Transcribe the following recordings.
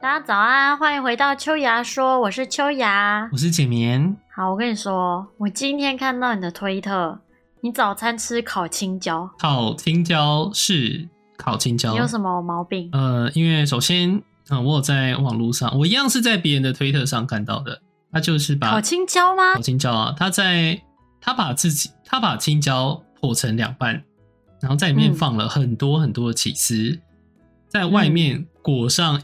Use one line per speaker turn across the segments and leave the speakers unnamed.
大家早安，欢迎回到秋芽说，我是秋芽。
我是简眠，
好，我跟你说，我今天看到你的推特，你早餐吃烤青椒，
烤青椒是烤青椒。
你有什么毛病？
呃，因为首先，嗯、我有在网络上，我一样是在别人的推特上看到的，他就是把
烤青椒吗
烤？青椒啊，他在他把自己他把青椒破成两半，然后在里面
嗯
放了很多很多的起司，在外面裹上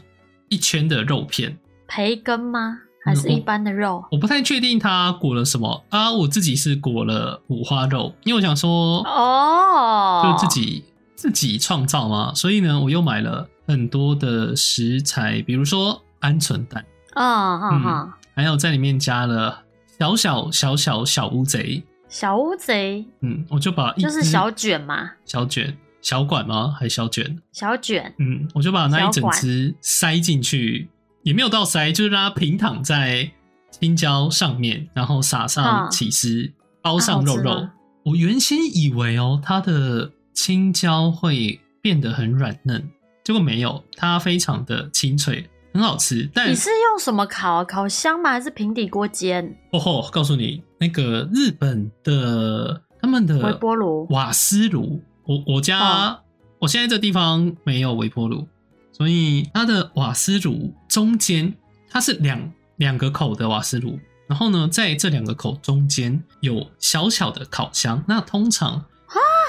一圈的肉片。
培根吗？还是
嗯我
一般的肉？
我不太确定他裹了什么啊，我自己是裹了五花肉，因为我想说
哦，
嗯就自己自己创造嘛，所以呢，我又买了很多的食材，比如说鹌鹑蛋，
嗯，嗯嗯嗯，
还有在里面加了小小小小小乌贼，
小乌贼
嗯，我就把一
就是
只
小卷嘛，
小卷小管吗？还是小卷？
小卷，
嗯，我就把那一
小
整
管
只塞进去，也没有到塞，就是让它平躺在青椒上面，然后撒上
嗯
起司，包
那好
上肉
吃
肉
吗。
我原先以为哦，它的青椒会变得很软嫩，结果没有，它非常的清脆，很好吃。但
你是用什么烤？烤箱吗？还是平底锅煎？
哦吼，告诉你，那个日本的他们的
微波炉
瓦斯炉，我我家、
哦
我现在这地方没有微波炉，所以它的瓦斯炉中间它是两两个口的瓦斯炉，然后呢，在这两个口中间有小小的烤箱，那通常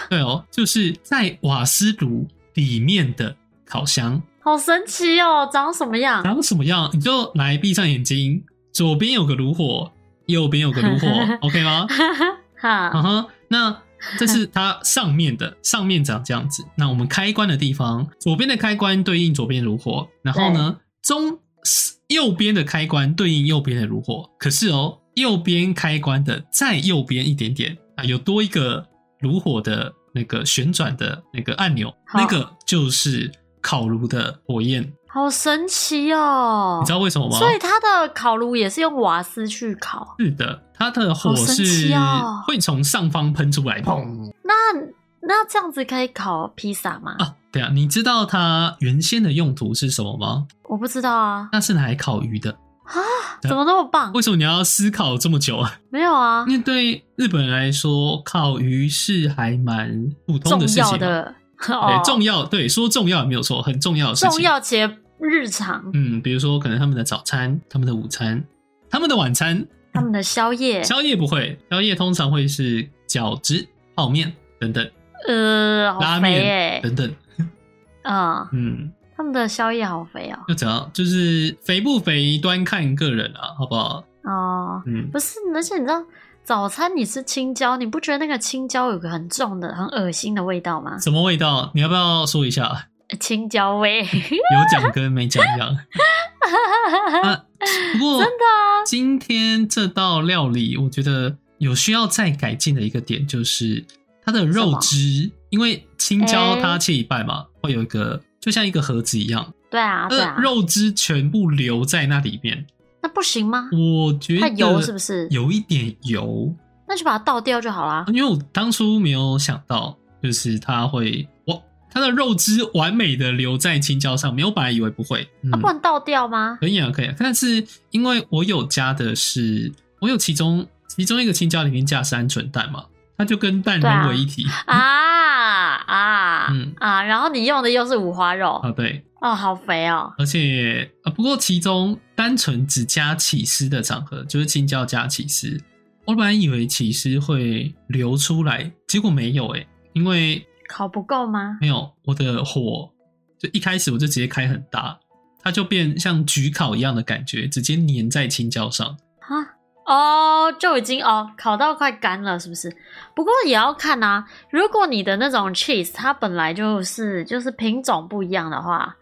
对哦，就是在瓦斯炉里面的烤箱，
好神奇哦，长什么样？
长什么样，你就来闭上眼睛，左边有个炉火，右边有个炉火，OK 吗？嗯
哈，
哼，那这是它上 面的，上面长这样子。那我们开关的地方，左边的开关对应左边炉火，然后呢，中右边的开关对应右边的炉火。可是哦，右边开关的再右边一点点啊，有多一个炉火的那个旋转的那个按钮，
好
那个就是烤炉的火焰。
好神奇哦！
你知道为什么吗？
所以它的烤炉也是用瓦斯去烤。
是的，它的火
好神
是
奇哦
会从上方喷出来，砰！
那那这样子可以烤披萨吗？
啊，对啊，你知道它原先的用途是什么吗？
我不知道啊，
那是拿来烤鱼的。啊
怎么那么棒？
为什么你要思考这么久啊？
没有啊，
因为对日本人来说，烤鱼是还蛮普通
重
的事
要
情嘛，啊
的
对
哦，，
哎重要，对，说重要也没有错，很重要的事情。
重要且日常，
嗯，比如说可能他们的早餐、他们的午餐、他们的晚餐，
他们的宵夜，
宵夜不会，宵夜通常会是饺子、泡面等等，
呃，
拉
好肥
面
哎、
等等。
嗯，
嗯，
他们的宵夜好肥哦，
又怎样？就是肥不肥，端看个人啊，好不好？
哦，
嗯，
不是，而且你知道早餐你吃青椒，你不觉得那个青椒有个很重的、很恶心的味道吗？
什么味道？你要不要说一下？
青椒味，
有讲跟没讲一样。啊、不过
真的啊，
今天这道料理，我觉得有需要再改进的一个点就是它的
什
肉
么
汁，因为青椒
哎
它切一半嘛，会有一个就像一个盒子一样，
对啊，
它
对
的
啊，
呃肉汁全部留在那里面。
那不行吗？
我觉
太
得
油是不是
有一点油？
那就把它倒掉就好啦。啊
因为我当初没有想到，就是它会哇，它的肉汁完美的留在青椒上面。我本来以为不会，嗯
那、啊不能倒掉吗？
可以啊，可以啊。但是因为我有加的是，我有其中其中一个青椒里面加是鹌鹑蛋嘛，它就跟蛋
对啊
融为一体。
啊啊、
嗯
啊！然后你用的又是五花肉，
啊，对，
哦，好肥哦！
而且啊，不过其中单纯只加起司的场合，就是青椒加起司，我本来以为起司会流出来，结果没有诶、欸因为
烤不够吗？
没有，我的火就一开始我就直接开很大，它就变像焗烤一样的感觉，直接粘在青椒上。
啊，哦，就已经哦，烤到快干了，是不是？不过也要看啊，如果你的那种 cheese 它本来就是就是品种不一样的话，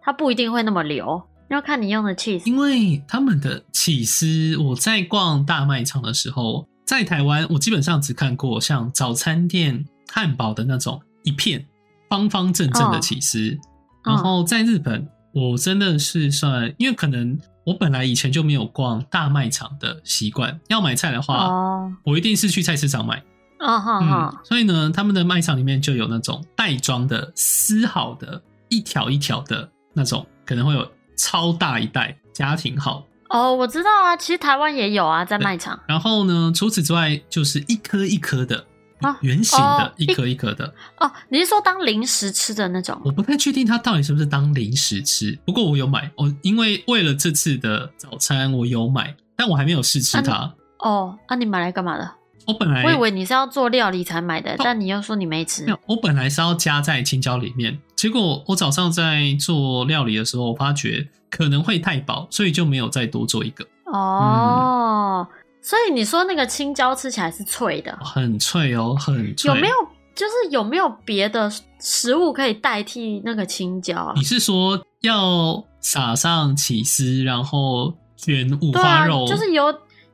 它不一定会那么流，要看你用的 cheese。
因为他们的起司，我在逛大卖场的时候，在台湾我基本上只看过像早餐店汉堡的那种一片方方正正的起司，然后在日本我真的是算，因为可能我本来以前就没有逛大卖场的习惯，要买菜的话，
哦，
我一定是去菜市场买。
嗯哈
嗯
哈，，
所以呢，他们的卖场里面就有那种袋装的、撕好的、一条一条的那种，可能会有超大一袋家庭号。
哦，我知道啊，其实台湾也有啊，在卖场
然后呢，除此之外就是一颗一颗的
啊
圆形的
哦，
一颗一颗的。
哦。你是说当零食吃的那种？
我不太确定它到底是不是当零食吃，不过我有买，我因为为了这次的早餐我有买，但我还没有试吃它。
哦，那、你买来干嘛的？
我本来
我以为你是要做料理才买的，
不
但你又说你没吃
哎哦没。有，我本来是要加在青椒里面，结果我早上在做料理的时候，我发觉可能会太饱，所以就没有再多做一个。
哦，所以你说那个青椒吃起来是脆的，
很脆哦，很脆。
有没有？就是有没有别的食物可以代替那个青椒啊
你？是说要撒上起司，然后卷五
对
花
啊
肉？，
就是有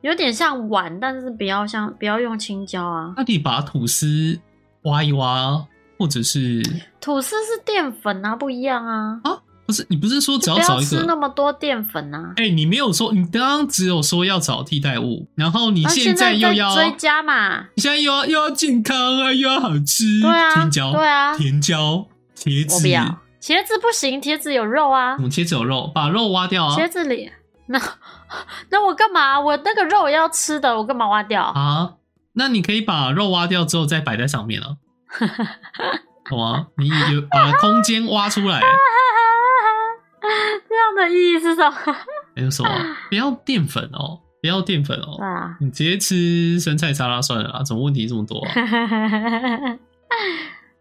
有点像碗，但是不要像不要用青椒啊。
那你把吐司挖一挖，或者是
吐司是淀粉啊，不一样啊。
不是？你不是说只
就不
找
要
一
吃那
个？
么多淀粉啊。
哎、你没有说，你刚刚只有说要找替代物，然后你
那啊现
在又
在
要，
追加嘛？
你现在又要又要健康啊，又要好吃，
对啊，
甜椒，
对啊，
甜椒、茄
我
子，
不要茄子不行，茄子有肉啊
我，们茄子有肉，把肉挖掉啊
茄子里 那那我干嘛？我那个肉要吃的，我干嘛挖掉？
啊！那你可以把肉挖掉之后再摆在上 面啊，懂吗？你有把空间挖出来，
这样的意义是什么？
还有什么？不要淀粉哦，不要淀粉哦
对，啊，
你直接吃生菜沙拉算了啊，怎么问题这么多 啊？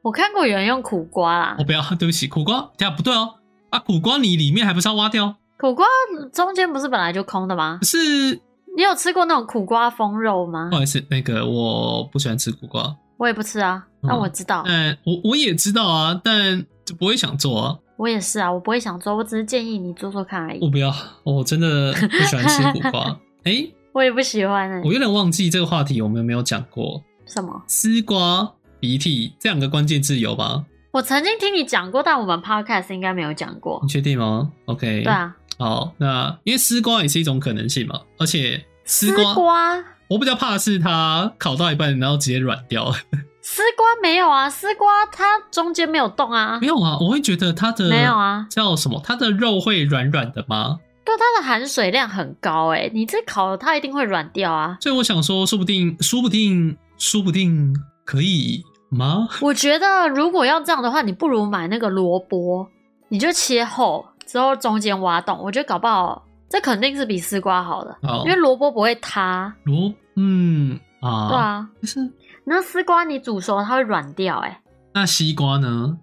我看过有人用苦瓜啦
我、，不要，对不起，苦瓜，等一下不对哦，啊，苦瓜你里面还不是要挖掉？
苦瓜中间不是本来就空的吗
可？是
你有吃过那种苦瓜风肉吗
不？好意思，那个我不喜欢吃苦瓜，
我也不吃啊，
嗯
但我知道，
但我我也知道啊，但就不会想做啊。
我也是啊，我不会想做，我只是建议你做做看而
我
已。
不要，我真的不喜欢吃苦瓜。 哎、
我也不喜欢欸
我有点忘记这个话题我们有没有讲过，
什么？
丝瓜、鼻涕这两个关键字有吧？
我曾经听你讲过，但我们 podcast 应该没有讲过
你。确定吗？OK，
对，啊，
好，那因为丝瓜也是一种可能性嘛，而且丝瓜，
瓜，
我比较怕的是它烤到一半然后直接软掉。
丝瓜没有啊，丝瓜它中间没有洞啊
没，有啊，我会觉得它的
没有啊
叫什么？它的肉会软软的吗？
对，它的含水量很高哎、你这烤了它一定会软掉 啊。
所以我想说，说不定，说不定，说不定可以吗？
我觉得如果要这样的话，你不如买那个萝卜，你就切厚之后中间挖洞，我觉得搞不好这肯定是比丝瓜好的，
好
因为萝卜不会塌。
萝，嗯啊，
对啊，
可是
那丝瓜你煮熟它会软掉哎、
那西瓜呢？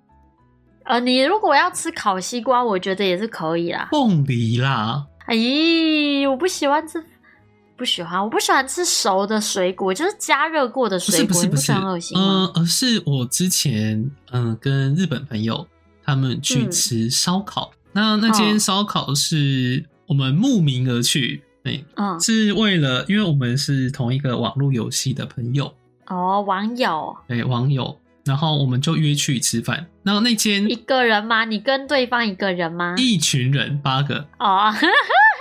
呃，你如果要吃烤西瓜，我觉得也是可以啦。
凤梨啦，
哎，我不喜欢吃，不喜欢，我不喜欢吃熟的水果，就是加热过的
不是
水
不
果，
是
你
不是，
觉得很恶心吗？
呃，而是我之前嗯、呃跟日本朋友他们去
嗯
吃烧烤，那那间
哦
烧烤是我们慕名而去，对，
嗯，
是为了因为我们是同一个网络游戏的朋友，
哦，网友
对网友，然后我们就约去吃饭，然后那间
一个人吗？你跟对方一个人吗？
一群人八个，
哦，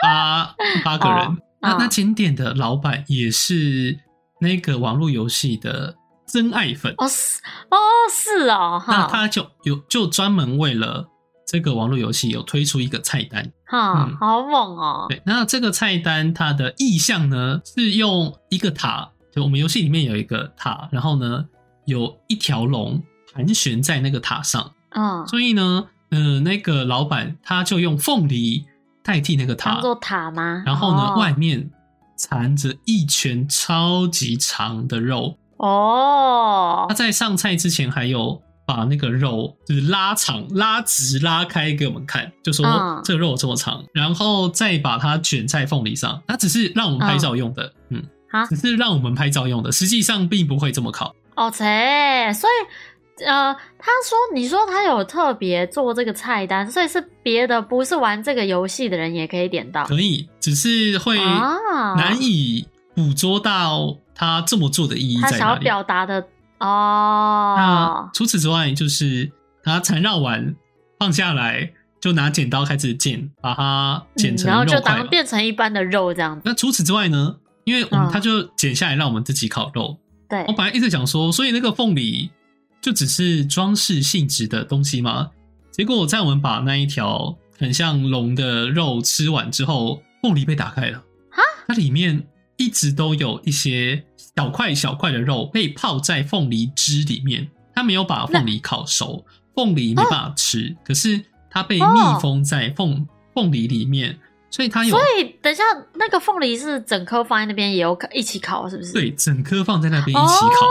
八八个人
哦。
那
嗯
那间店的老板也是那个网络游戏的真爱粉，
哦是哦是哦
那
哈
他就有就专门为了这个网络游戏有推出一个菜单。
哈
嗯，
好猛哦！
对，那这个菜单它的意象呢是用一个塔，就我们游戏里面有一个塔，然后呢有一条龙盘旋在那个塔上，
嗯，
所以呢，呃，那个老板他就用凤梨代替那个塔
当，做塔吗？
然后呢，
哦
外面缠着一圈超级长的肉。他
哦
在上菜之前还有把那个肉就是拉长、拉直、拉开给我们看，就说
嗯
这个肉有这么长，然后再把它卷在凤梨上。它只是让我们拍照用的，嗯，
啊
只是让我们拍照用的，实际上并不会这么烤。
哦切，所以呃，他说你说他有特别做这个菜单，所以是别的不是玩这个游戏的人也可以点到
可以，只是会
啊，
难以捕捉到他这么做的意义
他
在
想
哪
要
里。
表达的
那
哦，
除此之外，就是它缠绕完放下来，就拿剪刀开始剪，把它剪
嗯
成
然后就
肉块
当
嘛。
变成一般的肉这样子，
那除此之外呢？因为我们
嗯
它就剪下来让我们自己烤肉。
对
我，本来一直想说，所以那个凤梨就只是装饰性质的东西吗？结果在我们把那一条很像龙的肉吃完之后，凤梨被打开了，
哈，
它里面一直都有一些小块小块的肉被泡在凤梨汁里面，它没有把凤梨烤熟，凤梨
哦
没办法吃，可是它被密封在凤凤梨里面，所以它有
所以等一下那个凤梨是整颗放在那边也有烤一起烤，是不是？
对整颗放在那边一起烤。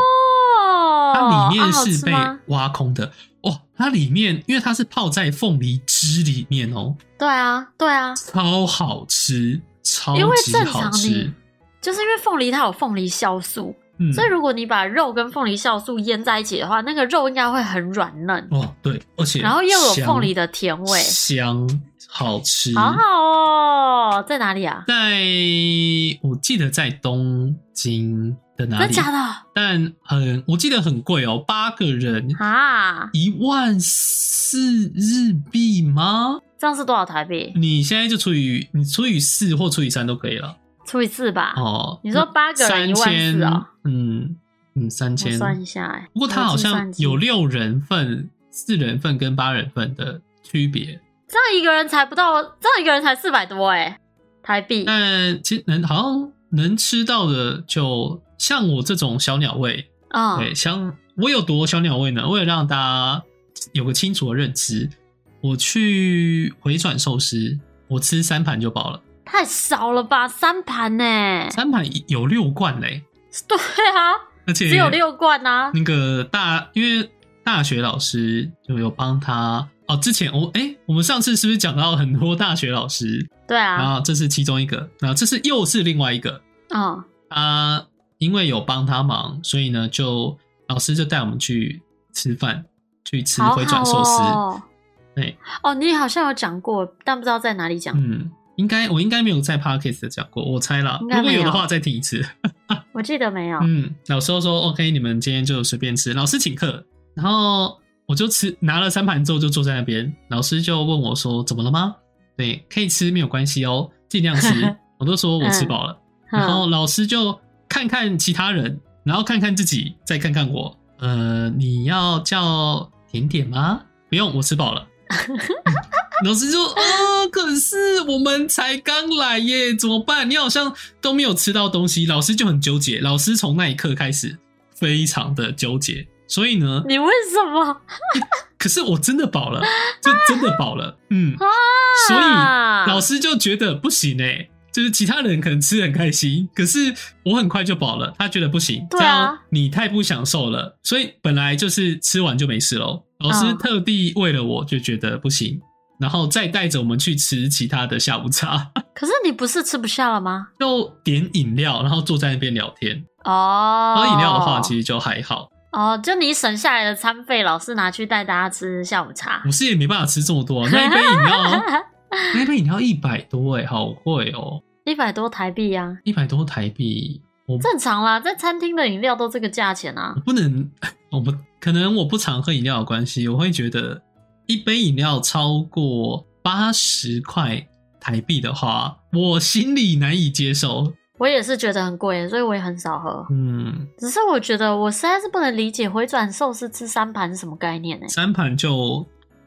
哦，
它里面是被
啊好吃吗
挖空的。哇，它里面因为它是泡在凤梨汁里面哦，
对啊，对啊，
超好吃，超
因为
级
正
好
常
吃
你。就是因为凤梨它有凤梨酵素，
嗯，
所以如果你把肉跟凤梨酵素腌在一起的话，那个肉应该会很软嫩，
哇，哦对，而且
然后又有
香
凤梨的甜味，
香，好吃。
好好哦。在哪里啊？
在我记得在东京的哪
真
里？
假的
但很我记得很贵哦，八个人
啊？
一万四日币吗？
这样是多少台币？
你现在就除以你除以四或除以三都可以了。
除以四吧。
哦，
你说八个人
三
一万
千
四哦，
嗯嗯，三
我
千。
算一下哎、
不过它好
我
像
计算机
有六人份、四人份跟八人份的区别，
这样一个人才不到，这样一个人才四百多哎、台币。
但其实能好像能吃到的就像我这种小鸟胃，
嗯
对，像我有多小鸟胃呢？为了让大家有个清楚的认知，我去回转寿司，我吃三盘就饱了，
太少了吧，三盘呢、
三盘有六罐嘞，
对啊，
而且
只有六罐啊。
那个大，因为大学老师就有帮他哦。之前我哎、我们上次是不是讲到很多大学老师？
对
然
啊，
后这是其中一个，然后这是又是另外一个。
嗯，
他因为有帮他忙，所以呢，就老师就带我们去吃饭，去吃
好
回转寿司。
好哦。
对，
哦，你好像有讲过，但不知道在哪里讲。
嗯，应该我应该没有在 podcast 讲过，我猜啦
应。该
如果有
没
的
有
话，再听一次。
我记得没有。
嗯，老师就说 OK，你们今天就随便吃，老师请客。然后我就吃拿了三盘之后就坐在那边，老师就问我说怎么了吗？对，可以吃没有关系哦，尽量吃。我都说我吃饱了，然后
嗯，
老师就看看其他人，然后看看自己，再看看我。呃，你要叫甜点吗？不用，我吃饱了。嗯老师就啊、可是我们才刚来耶，怎么办？你好像都没有吃到东西，老师就很纠结。老师从那一刻开始非常的纠结，所以呢，
你为什么？
可是我真的饱了，就真的饱了，嗯，所以
啊
老师就觉得不行哎、就是其他人可能吃得很开心，可是我很快就饱了，他觉得不行，
对啊
这样你太不享受了，所以本来就是吃完就没事喽。老师
嗯
特地为了我就觉得不行，然后再带着我们去吃其他的下午茶，
可是你不是吃不下了吗？
就点饮料，然后坐在那边聊天。
哦，
喝饮料的话，其实就还好，
哦，就你省下来的餐费，老师拿去带大家吃下午茶
我。是也没办法吃这么多、那一杯饮 料，那一杯饮料一百多哎、好贵哦、
一百多台币啊，
一百多台币，我
正常啦，在餐厅的饮料都这个价钱啊
我。不能， 我不可能我不常喝饮料的关系，我会觉得一杯饮料超过八十块台币的话，我心里难以接受。
我也是觉得很贵，所以我也很少喝。
嗯，
只是我觉得我实在是不能理解回转寿司吃三盘是什么概念呢、欸
三盘就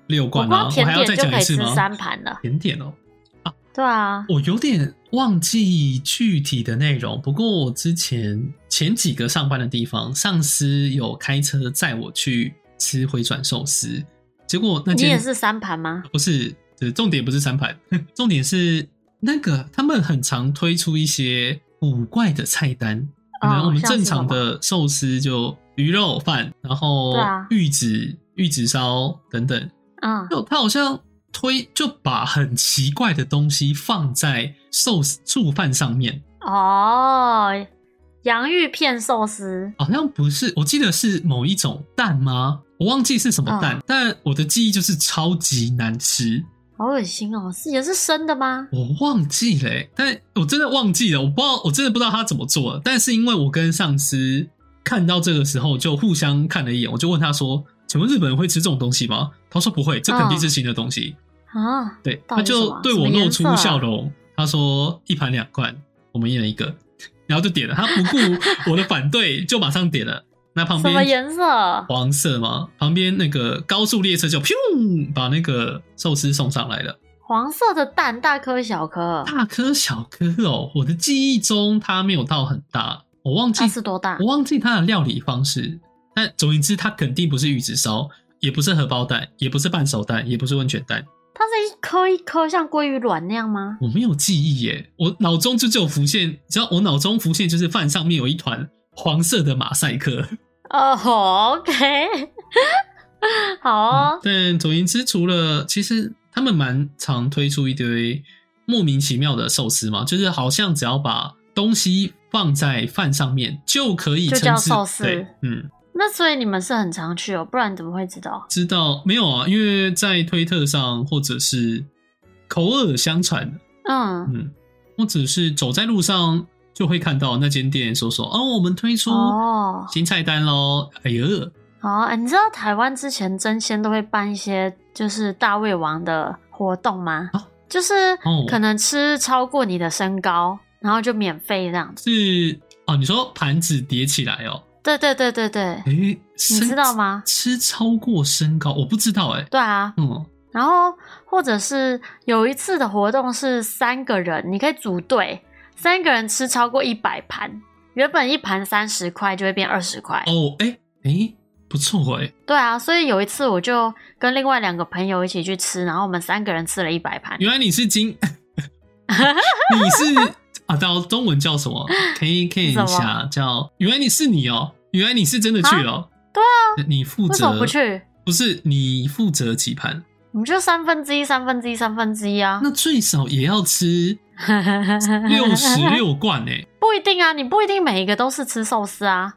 六
我
罐啊，
光
我
甜
还要
点
再
就
讲
可
一
以
次
吃
吗？
三盘了。
甜点哦，
对啊，
我有点忘记具体的内容，不过我之前前几个上班的地方，上司有开车载我去吃回转寿司，结果那
你
间
也是三盘吗？
不是，呃重点不是餐盘， 重点是那个他们很常推出一些古怪的菜单。可能
哦
我们
像是
正常
什
的寿司就鱼肉饭，然后
对啊
玉子、玉子烧等等，
嗯，
就他好像推就把很奇怪的东西放在寿司醋饭上面，
哦，洋芋片寿司，
好像不是，我记得是某一种蛋吗？我忘记是什么
嗯
蛋，但我的记忆就是超级难吃。
好恶心哦！是也是生的吗？
我忘记了欸、但我真的忘记了，我不知道，我真的不知道他怎么做的。但是因为我跟上司看到这个时候，就互相看了一眼，我就问他说：“请问日本人会吃这种东西吗？”他说：“不会，这肯定是新的东西。
啊，
对，
到
他
底是什
就
么
对
什
我
么
露
颜
出
色啊
笑容，他说：“一盘两罐，我们一人一个。”然后就点了，他不顾我的反对，就马上点了。那旁
什么
边
颜色？
黄色吗？旁边那个高速列车就砰把那个寿司送上来了。
黄色的蛋，大颗小颗，
大颗小颗哦，我的记忆中它没有到很大，我忘记
它啊是多大
我？忘记它的料理方式。但总而言之，它肯定不是鱼子烧，也不是荷包蛋，也不是半熟蛋，也不是温泉蛋。
它是一颗一颗像鲑鱼卵那样吗？
我没有记忆耶，我脑中就只有浮现，只要我脑中浮现就是饭上面有一团黄色的马赛克。
哦、o k 好哦，
嗯但总而言之，除了其实他们蛮常推出一堆莫名其妙的寿司嘛，就是好像只要把东西放在饭上面就可以
就叫
称之
寿司
对，嗯，
那所以你们是很常去哦，不然怎么会知道？
知道没有啊？因为在推特上或者是口耳相传，
嗯，
嗯，或者是走在路上就会看到那间店说说哦，我们推出
哦，
新菜单喽。哎呦，
好啊，你知道台湾之前争先都会办一些就是大胃王的活动吗？
啊
就是
哦
可能吃超过你的身高，然后就免费这样子。
是哦，你说盘子叠起来哦，
对对对对对，
哎，你
你知道吗？
吃超过身高，我不知道哎、
对啊，
嗯，
然后或者是有一次的活动是三个人，你可以组队，三个人吃超过一百盘，原本一盘三十块就会变二十块。
哦，哎、哎、不错哎、
对啊，所以有一次我就跟另外两个朋友一起去吃，然后我们三个人吃了一百盘。
原来你是金， 你是啊，到中文叫什么？可以看一
什
下，
么
叫原来你是你哦，原来你是真的去了、
对
啊，你负
为什么
责
不去？
不是你负责几盘？
我们就三分之一、三分之一、三分之一啊，
那最少也要吃 六十六罐哎、
不一定啊，你不一定每一个都是吃寿司啊，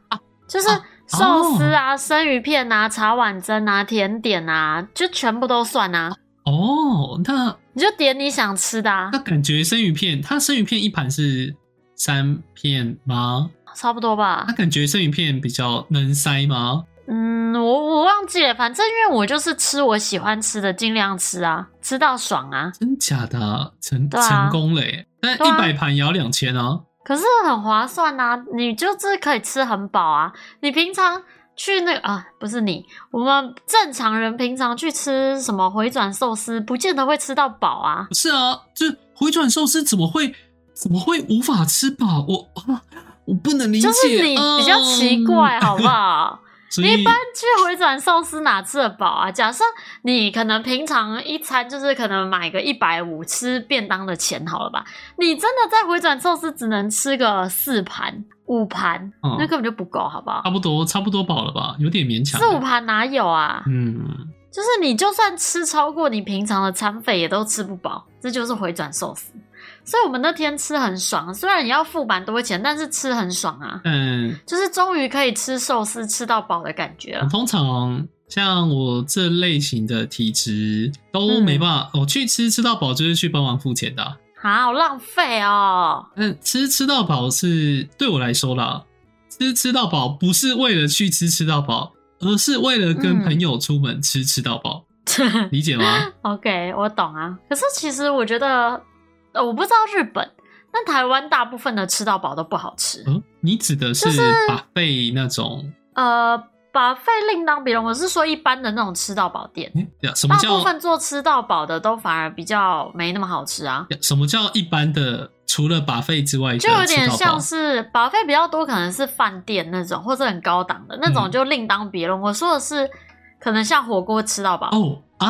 就是
啊
寿司啊、生鱼片啊、茶碗蒸啊、甜点啊，就全部都算啊，
哦，那
你就点你想吃的啊
那，感觉生鱼片，它生鱼片一盘是三片吗？
差不多吧
那。感觉生鱼片比较能塞吗？
嗯，我我忘记了，反正因为我就是吃我喜欢吃的，尽量吃啊，吃到爽啊。
真假的啊、成、
对啊
成功了耶！但
对
一
啊
百盘也要两千啊！
可是很划算啊，你就是可以吃很饱啊。你平常去那个啊，不是你，我们正常人平常去吃什么回转寿司，不见得会吃到饱啊。
不是啊，就是回转寿司怎么会怎么会无法吃饱？我啊我不能理解，
就是你比较奇怪，
嗯
好不好？
所
你
以
一般去回转寿司哪吃得饱啊？假设你可能平常一餐就是可能买个一百五吃便当的钱好了吧？你真的在回转寿司只能吃个四盘五盘，
嗯哦
那根本就不够，好不好
差？不多差不多饱了吧，有点勉强
四。五盘哪有啊？
嗯，
就是你就算吃超过你平常的餐费，也都吃不饱，这就是回转寿司。所以我们那天吃很爽，虽然也要付蛮多钱，但是吃很爽啊，
但
就是终于可以吃寿司吃到饱的感觉了。
通常像我这类型的体质都
嗯
没办法，我去吃吃到饱就是去帮忙付钱的啊、
好浪费哦！
嗯，吃吃到饱是对我来说啦，吃吃到饱不是为了去吃吃到饱，而是为了跟
嗯
朋友出门吃吃到 饱，理解吗？
OK，我懂啊。可是其实我觉得，呃，我不知道日本，但台湾大部分的吃到饱都不好吃。
嗯，你指的是
就是
把费那种？
呃，把费另当别论，我是说一般的那种吃到饱店，
诶什么
大
叫
部分做吃到饱的都反而比较没那么好吃啊，
什么叫一般的？除了把费之外的吃
就
到
有
饱，
点像是把费比较多，可能是饭店那种，或者很高档的那种，
嗯
就另当别论。我说的是，可能像火锅吃到饱，
哦啊，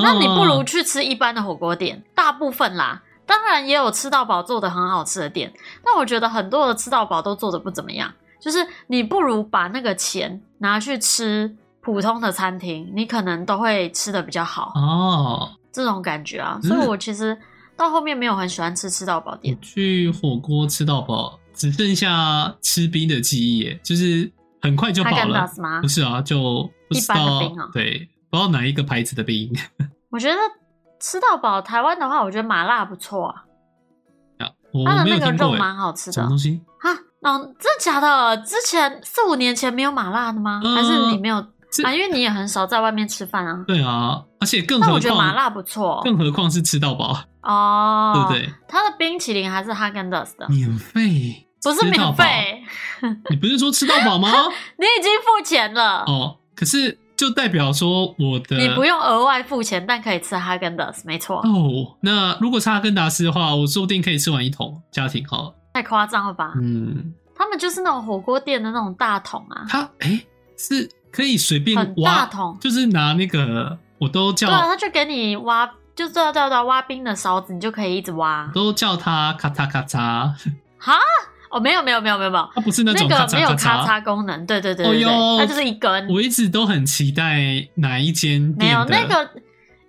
那你不如
啊
去吃一般的火锅店，大部分啦。当然也有吃到饱做的很好吃的店，但我觉得很多的吃到饱都做的不怎么样。就是你不如把那个钱拿去吃普通的餐厅，你可能都会吃的比较好，
哦，
这种感觉啊。
嗯
所以我其实到后面没有很喜欢吃吃到饱
我
店。
去火锅吃到饱，只剩下吃冰的记忆耶，就是很快就
哈
饱
根
了
达。斯吗
不？是啊，就不知
一
道
般的冰哦
对，不知道哪一个牌子的冰
我觉得吃到饱台湾的话，我觉得麻辣不错啊，
啊，我
它的
没有
那个
听
肉
过耶
蛮好吃
什
的
么东西？
啊。哦，真的假的？之前四五年前没有麻辣的吗？
嗯
还是你没有
这
啊，因为你也很少在外面吃饭啊。
对啊，而且更
但
何
我觉得麻
况，
辣不错
更何况是吃到饱，
哦，
对不？嗯对？
它的冰淇淋还是哈根达斯的，
免费，
不是
吃到
免
饱
费，
你不是说吃到饱吗？
你已经付钱了。
哦，可是就代表说我的
你不用额外付钱，但可以吃哈根达斯，没错，
啊哦。那如果是哈根达斯的话，我说不定可以吃完一桶，家庭好了。
太夸张了吧？
嗯，
他们就是那种火锅店的那种大桶啊，
它哎、是可以随便
很大
挖，
桶，
就是拿那个我都
对啊，
叫
他就给你挖，就对啊对啊对啊，挖冰的勺子，你就可以一直挖。
都叫它咔嚓咔嚓，
哈，哦，没有没有没有没有没有，
它不是那
那
种咔
个没有
嚓
咔
咔嚓。
嚓功能，对对对对
哦
对，
哟
它就是一根，
我一直都很期待哪一间
没
店
有
的
那个，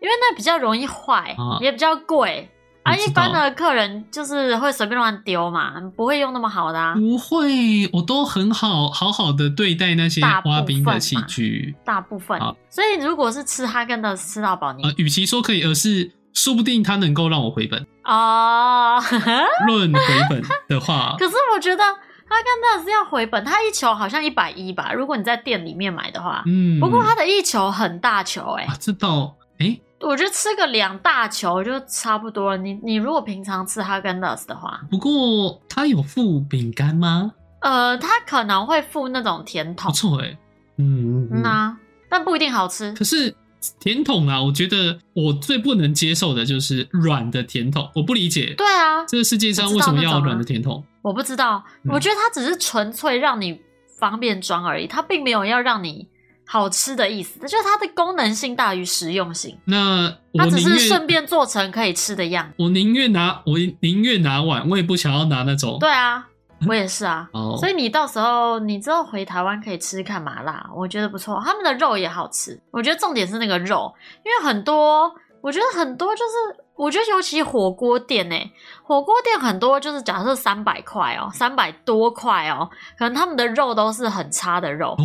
因为那比较容易坏
啊，
也比较贵。啊，
我知
一
道
般的客人就是会随便乱丢嘛，不会用那么好的啊，
不会，我都很好好好的对待那些
大部分
挖冰
嘛
的器具。
大部分
好。
所以如果是吃哈根达斯吃到饱，你
呃，与其说可以，而是说不定它能够让我回本。
哦，
论回本的话，
可是我觉得哈根达斯要回本，它一球好像一百一吧，如果你在店里面买的话。
嗯，
不过它的一球很大球哎、
啊，这倒哎，
我觉得吃个两大球就差不多了。你你如果平常吃哈根达斯的话，
不过它有附饼干吗？
呃，它可能会附那种甜
不
筒，
错哎，嗯，嗯
嗯
嗯
啊，但不一定好吃
可是甜筒啊，我觉得我最不能接受的就是软的甜筒，我不理解。
对啊，
这个世界上为什么要软的甜筒？
我不知道，
嗯
我觉得它只是纯粹让你方便装而已，它并没有要让你好吃的意思，就是它的功能性大于实用性，
那
它
我
只
宁
是顺
愿
便做成可以吃的样子。
我宁愿拿我宁愿拿碗，我也不想要拿那种。
对啊，我也是啊。
哦，
所以你到时候你之后回台湾可以吃吃看麻辣，我觉得不错，他们的肉也好吃。我觉得重点是那个肉，因为很多，我觉得很多就是，我觉得尤其火锅店呢、火锅店很多就是假设三百块哦，三百多块哦，可能他们的肉都是很差的肉，
哦，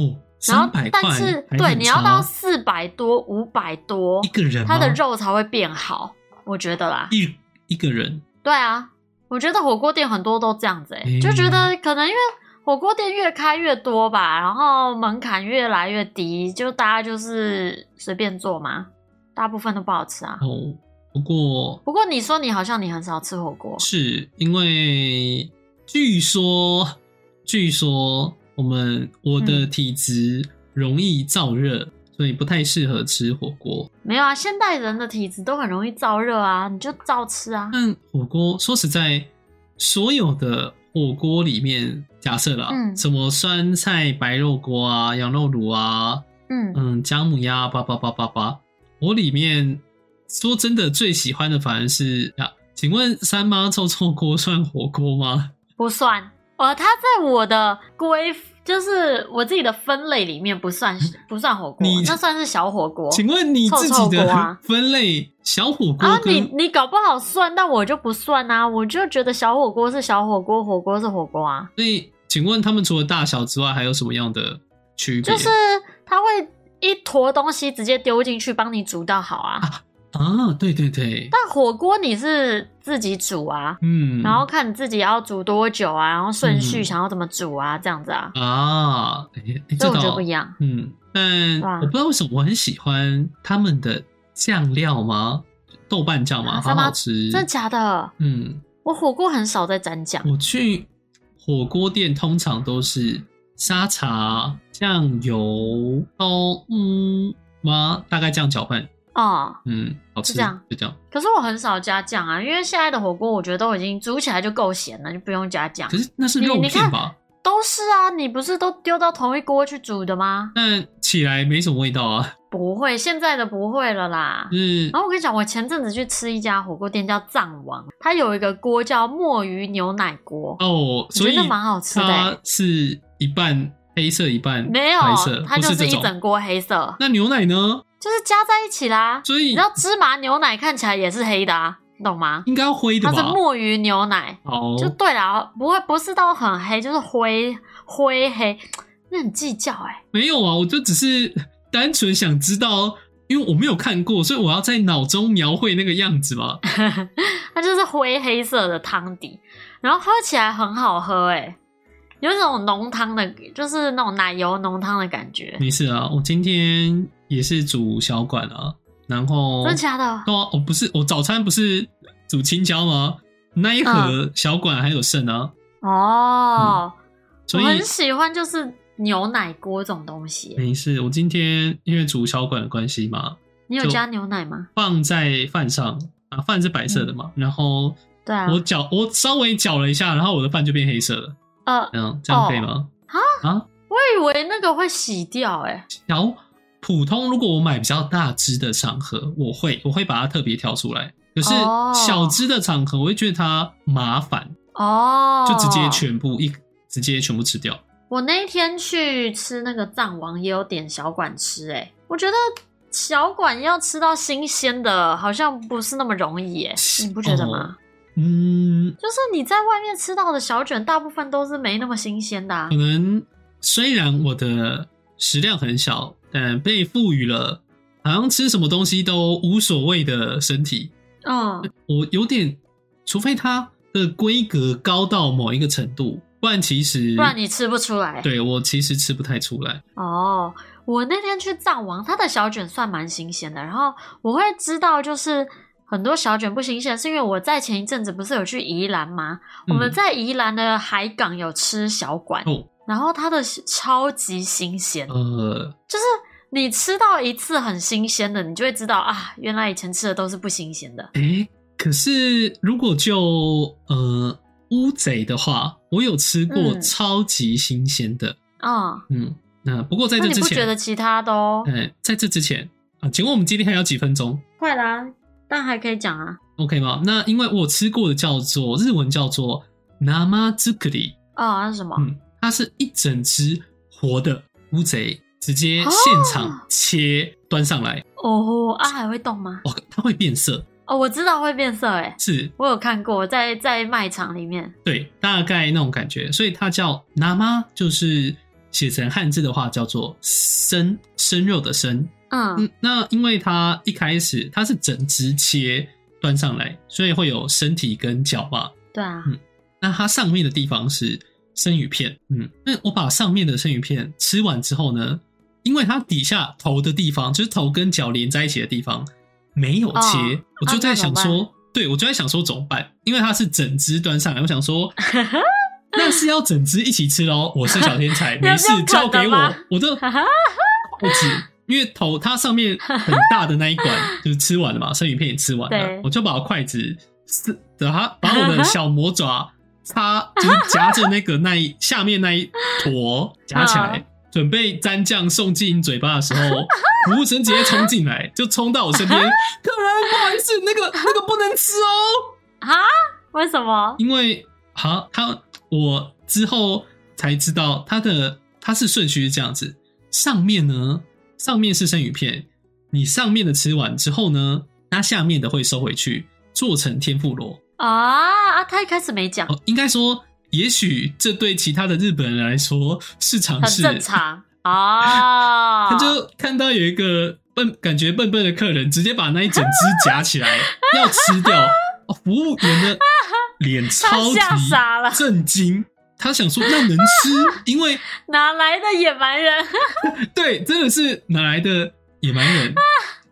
然后
三百块，
但是对你要到四百多、五百多
哦一，个人吗，
它的肉才会变好，我觉得啦。
一一个人，
对啊，我觉得火锅店很多都这样子、欸，
嗯
就觉得可能因为火锅店越开越多吧，然后门槛越来越低，就大家就是随便做嘛，大部分都不好吃啊。
哦，不过
不过你说你好像你很少吃火锅，
是因为据说，据说我们我的
嗯
体质容易燥热，所以不太适合吃火锅。
没有啊？现代人的体质都很容易燥热啊，你就照吃啊。
但火锅说实在，所有的火锅里面，假设啦，
嗯
什么酸菜白肉锅啊、羊肉炉啊、
嗯，
嗯姜母鸭叭叭叭叭叭，我里面说真的最喜欢的反而是啊，请问三妈臭臭锅算火锅吗？
不算。呃，它在我的归，就是我自己的分类里面不算不算火锅
你，
那算是小火锅。
请问你自己
臭臭锅啊
的分类小火锅
啊，你
跟
你搞不好算，但我就不算啊，我就觉得小火锅是小火锅，火锅是火锅啊，
所以，请问他们除了大小之外，还有什么样的区别？
就是它会一坨东西直接丢进去帮你煮到好啊。
啊啊，对对对，
但火锅你是自己煮啊，
嗯，
然后看你自己要煮多久啊，然后顺序
嗯
想要怎么煮啊，这样子啊，
啊，诶诶
所
这
以我觉得
倒
不一样。
嗯，但
哇
我不知道为什么我很喜欢他们的酱料吗？豆瓣酱
啊
嘛，
三
好
妈
好吃。
真的假的？
嗯，
我火锅很少在沾酱，
我去火锅店通常都是沙茶、酱油、高嗯吗？大概这样搅拌。
哦。
嗯，好吃，
是这样，
就这样。
可是我很少加酱啊，因为现在的火锅我觉得都已经煮起来就够咸了，就不用加酱
可。是那是肉
你你看
片吧？
都是啊，你不是都丢到同一锅去煮的吗？
但起来没什么味道啊。
不会，现在的不会了啦
就。是
然后我跟你讲，我前阵子去吃一家火锅店叫藏王，它有一个锅叫墨鱼牛奶锅，
哦，
我觉
所以
得蛮好吃的欸、
它是一半黑色，一半
没有
白色，，
它
不
就是
这
一
种。
整锅黑色，
那牛奶呢？
就是加在一起啦。
所
你
以
知道芝麻牛奶看起来也是黑的啊，你懂吗？
应该要灰的
它是
吧？哦
墨鱼牛奶，
好，
就对啦，不会不是到很黑，就是灰灰黑，那很计较哎、
没有啊，我就只是 单纯想知道，因为我没有看过，所以我要在脑中描绘那个样子 嘛。
它就是灰黑色的汤底，然后喝起来很好喝、欸，有那种浓汤的，就是那种奶油浓汤的感觉，
没事啊，我今天也是煮小馆啊，然后
真的假的？
对啊，我不是我早餐不是煮青椒吗？那
嗯
一盒小馆还有剩啊，
哦，
所
我
以
很喜欢，就是牛奶锅这种东西。
没事，我今天因为煮小馆的关系嘛，
你有加牛奶吗？
放在饭上啊，饭是白色的嘛，然后
对嗯啊，
我搅我稍微搅了一下，然后我的饭就变黑色了，
呃，
嗯，这样可以吗？啊啊，
我以为那个会洗掉、欸，哎，
然后普通如果我买比较大只的场合，我会我会把它特别挑出来，可是
哦
小只的场合，我会觉得它麻烦，
哦，
就直接。全部一直接全部吃掉。
我那一天去吃那个藏王，也有点小馆吃、欸，哎，我觉得小馆要吃到新鲜的，好像不是那么容易、欸，哎，你不觉得吗？
嗯，
就是你在外面吃到的小卷，大部分都是没那么新鲜的、啊
可。能虽然我的食量很小，但被赋予了好像吃什么东西都无所谓的身体，
嗯，
我有点，除非它的规格高到某一个程度，不然其实
不然你吃不出来。
对我其实吃不太出来。
哦，我那天去藏王，它的小卷算蛮新鲜的。然后我会知道，就是很多小卷不新鲜，是因为我在前一阵子不是有去宜兰吗？我
嗯
们在宜兰的海港有吃小馆，
哦，
然后它的超级新鲜，
呃，
就是你吃到一次很新鲜的，你就会知道啊，原来以前吃的都是不新鲜的。
诶，可是如果就呃乌贼的话，我有吃过
嗯
超级新鲜的，
嗯，
嗯，那不过在
那
这
你
之
不觉
前，
得其他哦都
嗯，在这之前啊，请问我们今天还有几分钟
快啦、但还可以讲啊。
？OK 吗？那因为我吃过的叫做日文叫做 nama z u k r i
哦，那是什么？
嗯，它是一整只活的乌贼，直接
哦
现场切端上来。
哦，啊，还会动吗？
哇，它会变色，
哦，我知道会变色，哎，
是
我有看过，在在卖场里面。
对，大概那种感觉。所以它叫拿妈，就是写成汉字的话叫做生生肉的生。
嗯，
嗯，那因为它一开始它是整只切端上来，所以会有身体跟脚嘛。
对啊，
嗯那它上面的地方是生鱼片，嗯，那我把上面的生鱼片吃完之后呢，因为它底下头的地方，就是头跟脚连在一起的地方没有切，
哦
我就在想
啊那怎
说，
么
对我就在想说怎么办？因为它是整只端上来，我 想说。那是要整只一起吃喽！我是小天 才，
那
没事
这样
交给
啃的
我
吗，
我就
哈哈，
不止，因为头它上面很大的那一 管就是吃完了嘛，生鱼片也吃完了
对，
我就把筷子是把它把我 的小魔爪插，就是夹着那个那一下面那一坨夹起来
嗯，
准备沾酱送进嘴巴的时候， 服务生直接冲进来，就冲到我身边，客人不好意思，那个那个不能吃哦，
哈，为什么？
因为好，他我之后才知道他的他是顺序是这样子，上面呢上面是生鱼片，你上面的吃完之后呢，那下面的会收回去做成天妇罗。
啊啊，他一开始没讲，
哦，应该说，也许这对其他的日本人来说是常
很
事，
正常啊。
他就看到有一个笨，感觉笨笨的客人，直接把那一整只夹起来要吃掉。哦服务员的脸
他
超级
吓傻了，
震惊，他想说那能吃？ 因为
哪来的野蛮人？
对，真的是哪来的野蛮人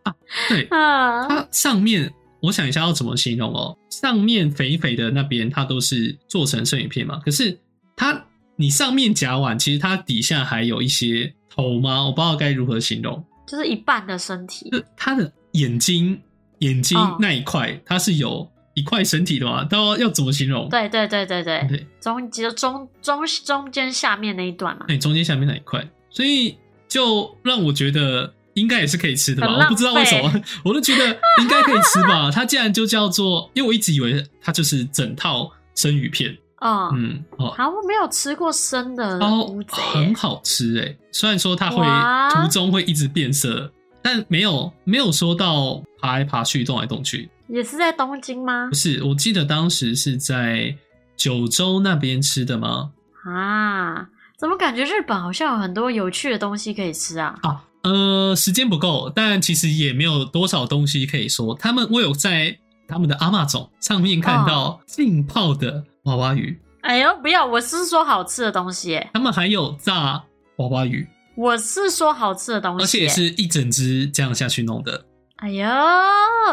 啊？对，
嗯，
它上面我想一下要怎么形容哦。上面肥肥的那边，它都是做成生鱼片嘛。可是它你上面夹完，其实它底下还有一些头吗？我不知道该如何形容。
就是一半的身体
就它的眼睛，眼睛
哦
那一块，它是有一块身体的嘛？到要怎么形容？
对对对对对，
对，
中就中中中间下面那一段嘛，啊
对，中间下面那一块，所以就让我觉得应该也是可以吃的吧，
很
我
浪
不知道为什么，我就觉得应该可以吃吧。它竟然就叫做，因为我一直以为它就是整套生鱼片，
嗯，哦
嗯，哦，
啊，我没有吃过生的
包
乌贼欸
很好吃诶、欸虽然说它会
哇
途中会一直变色，但没有没有说到爬来爬去、动来动去。
也是在东京吗
不？是，我记得当时是在九州那边吃的吗？
啊，怎么感觉日本好像有很多有趣的东西可以吃啊？
啊，呃，时间不够，但其实也没有多少东西可以说。他们我有在他们的阿玛总上面看
哦
到浸泡的娃娃鱼，
哎呦，不要！我是说好吃的东西耶，
他们还有炸娃娃鱼，
我是说好吃的东
而且
西耶。
也是一整只这样下去弄的。
哎呦，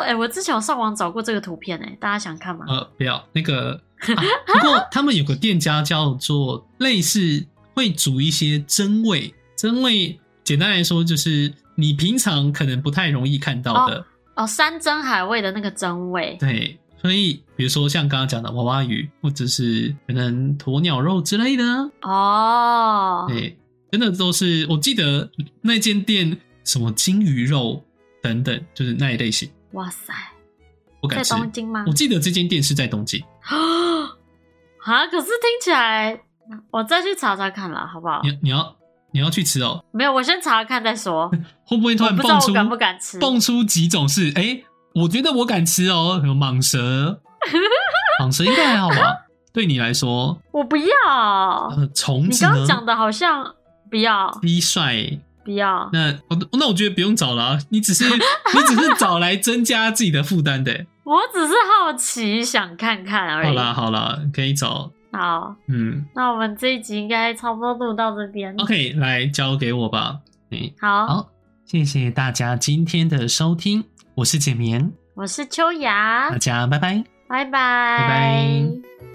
哎，我之前有上网找过这个图片，哎，大家想看
嗯
吗？
呃，不要那个、啊不过他们有个店家叫做类似会煮一些真味。真味简单来说，就是你平常可能不太容易看到的。
哦，山珍海味的那个真味，
对，所以比如说像刚刚讲的娃娃鱼，或者是可能鸵鸟肉之类的，
哦，
对，真的都是。我记得那间店什么金鱼肉等等，就是那一类型，
哇塞，
不
在
敢吃。嗯
东京吗
我？记得这间店是在东京，
啊， 啊！可是听起来，我再去查查看啦，好不好？
你你要你要去吃哦，
没有，我先查查看再说。
会不会 突
我
然
不知道
蹦
我
出
敢不敢吃。
蹦出几种是？哎、我觉得我敢吃哦，什么 蟒蛇，蟒蛇应该还好吧？对你来说，
我不要。
呃，
哦
虫
你
子
刚刚
呢？
讲的好像不要
蟋蟀，
不要，
那哦那我觉得不用找了、啊，你只是你只是找来增加自己的负担的。
我只是好奇想看看而已。
好啦好啦，可以找，
好
嗯
那我们这一集应该差不多录到这边。
，OK，来交给我吧。嗯，
好，
好，谢谢大家今天的收听，我是简眠，
我是秋雅
大，家拜拜。
拜拜，拜
拜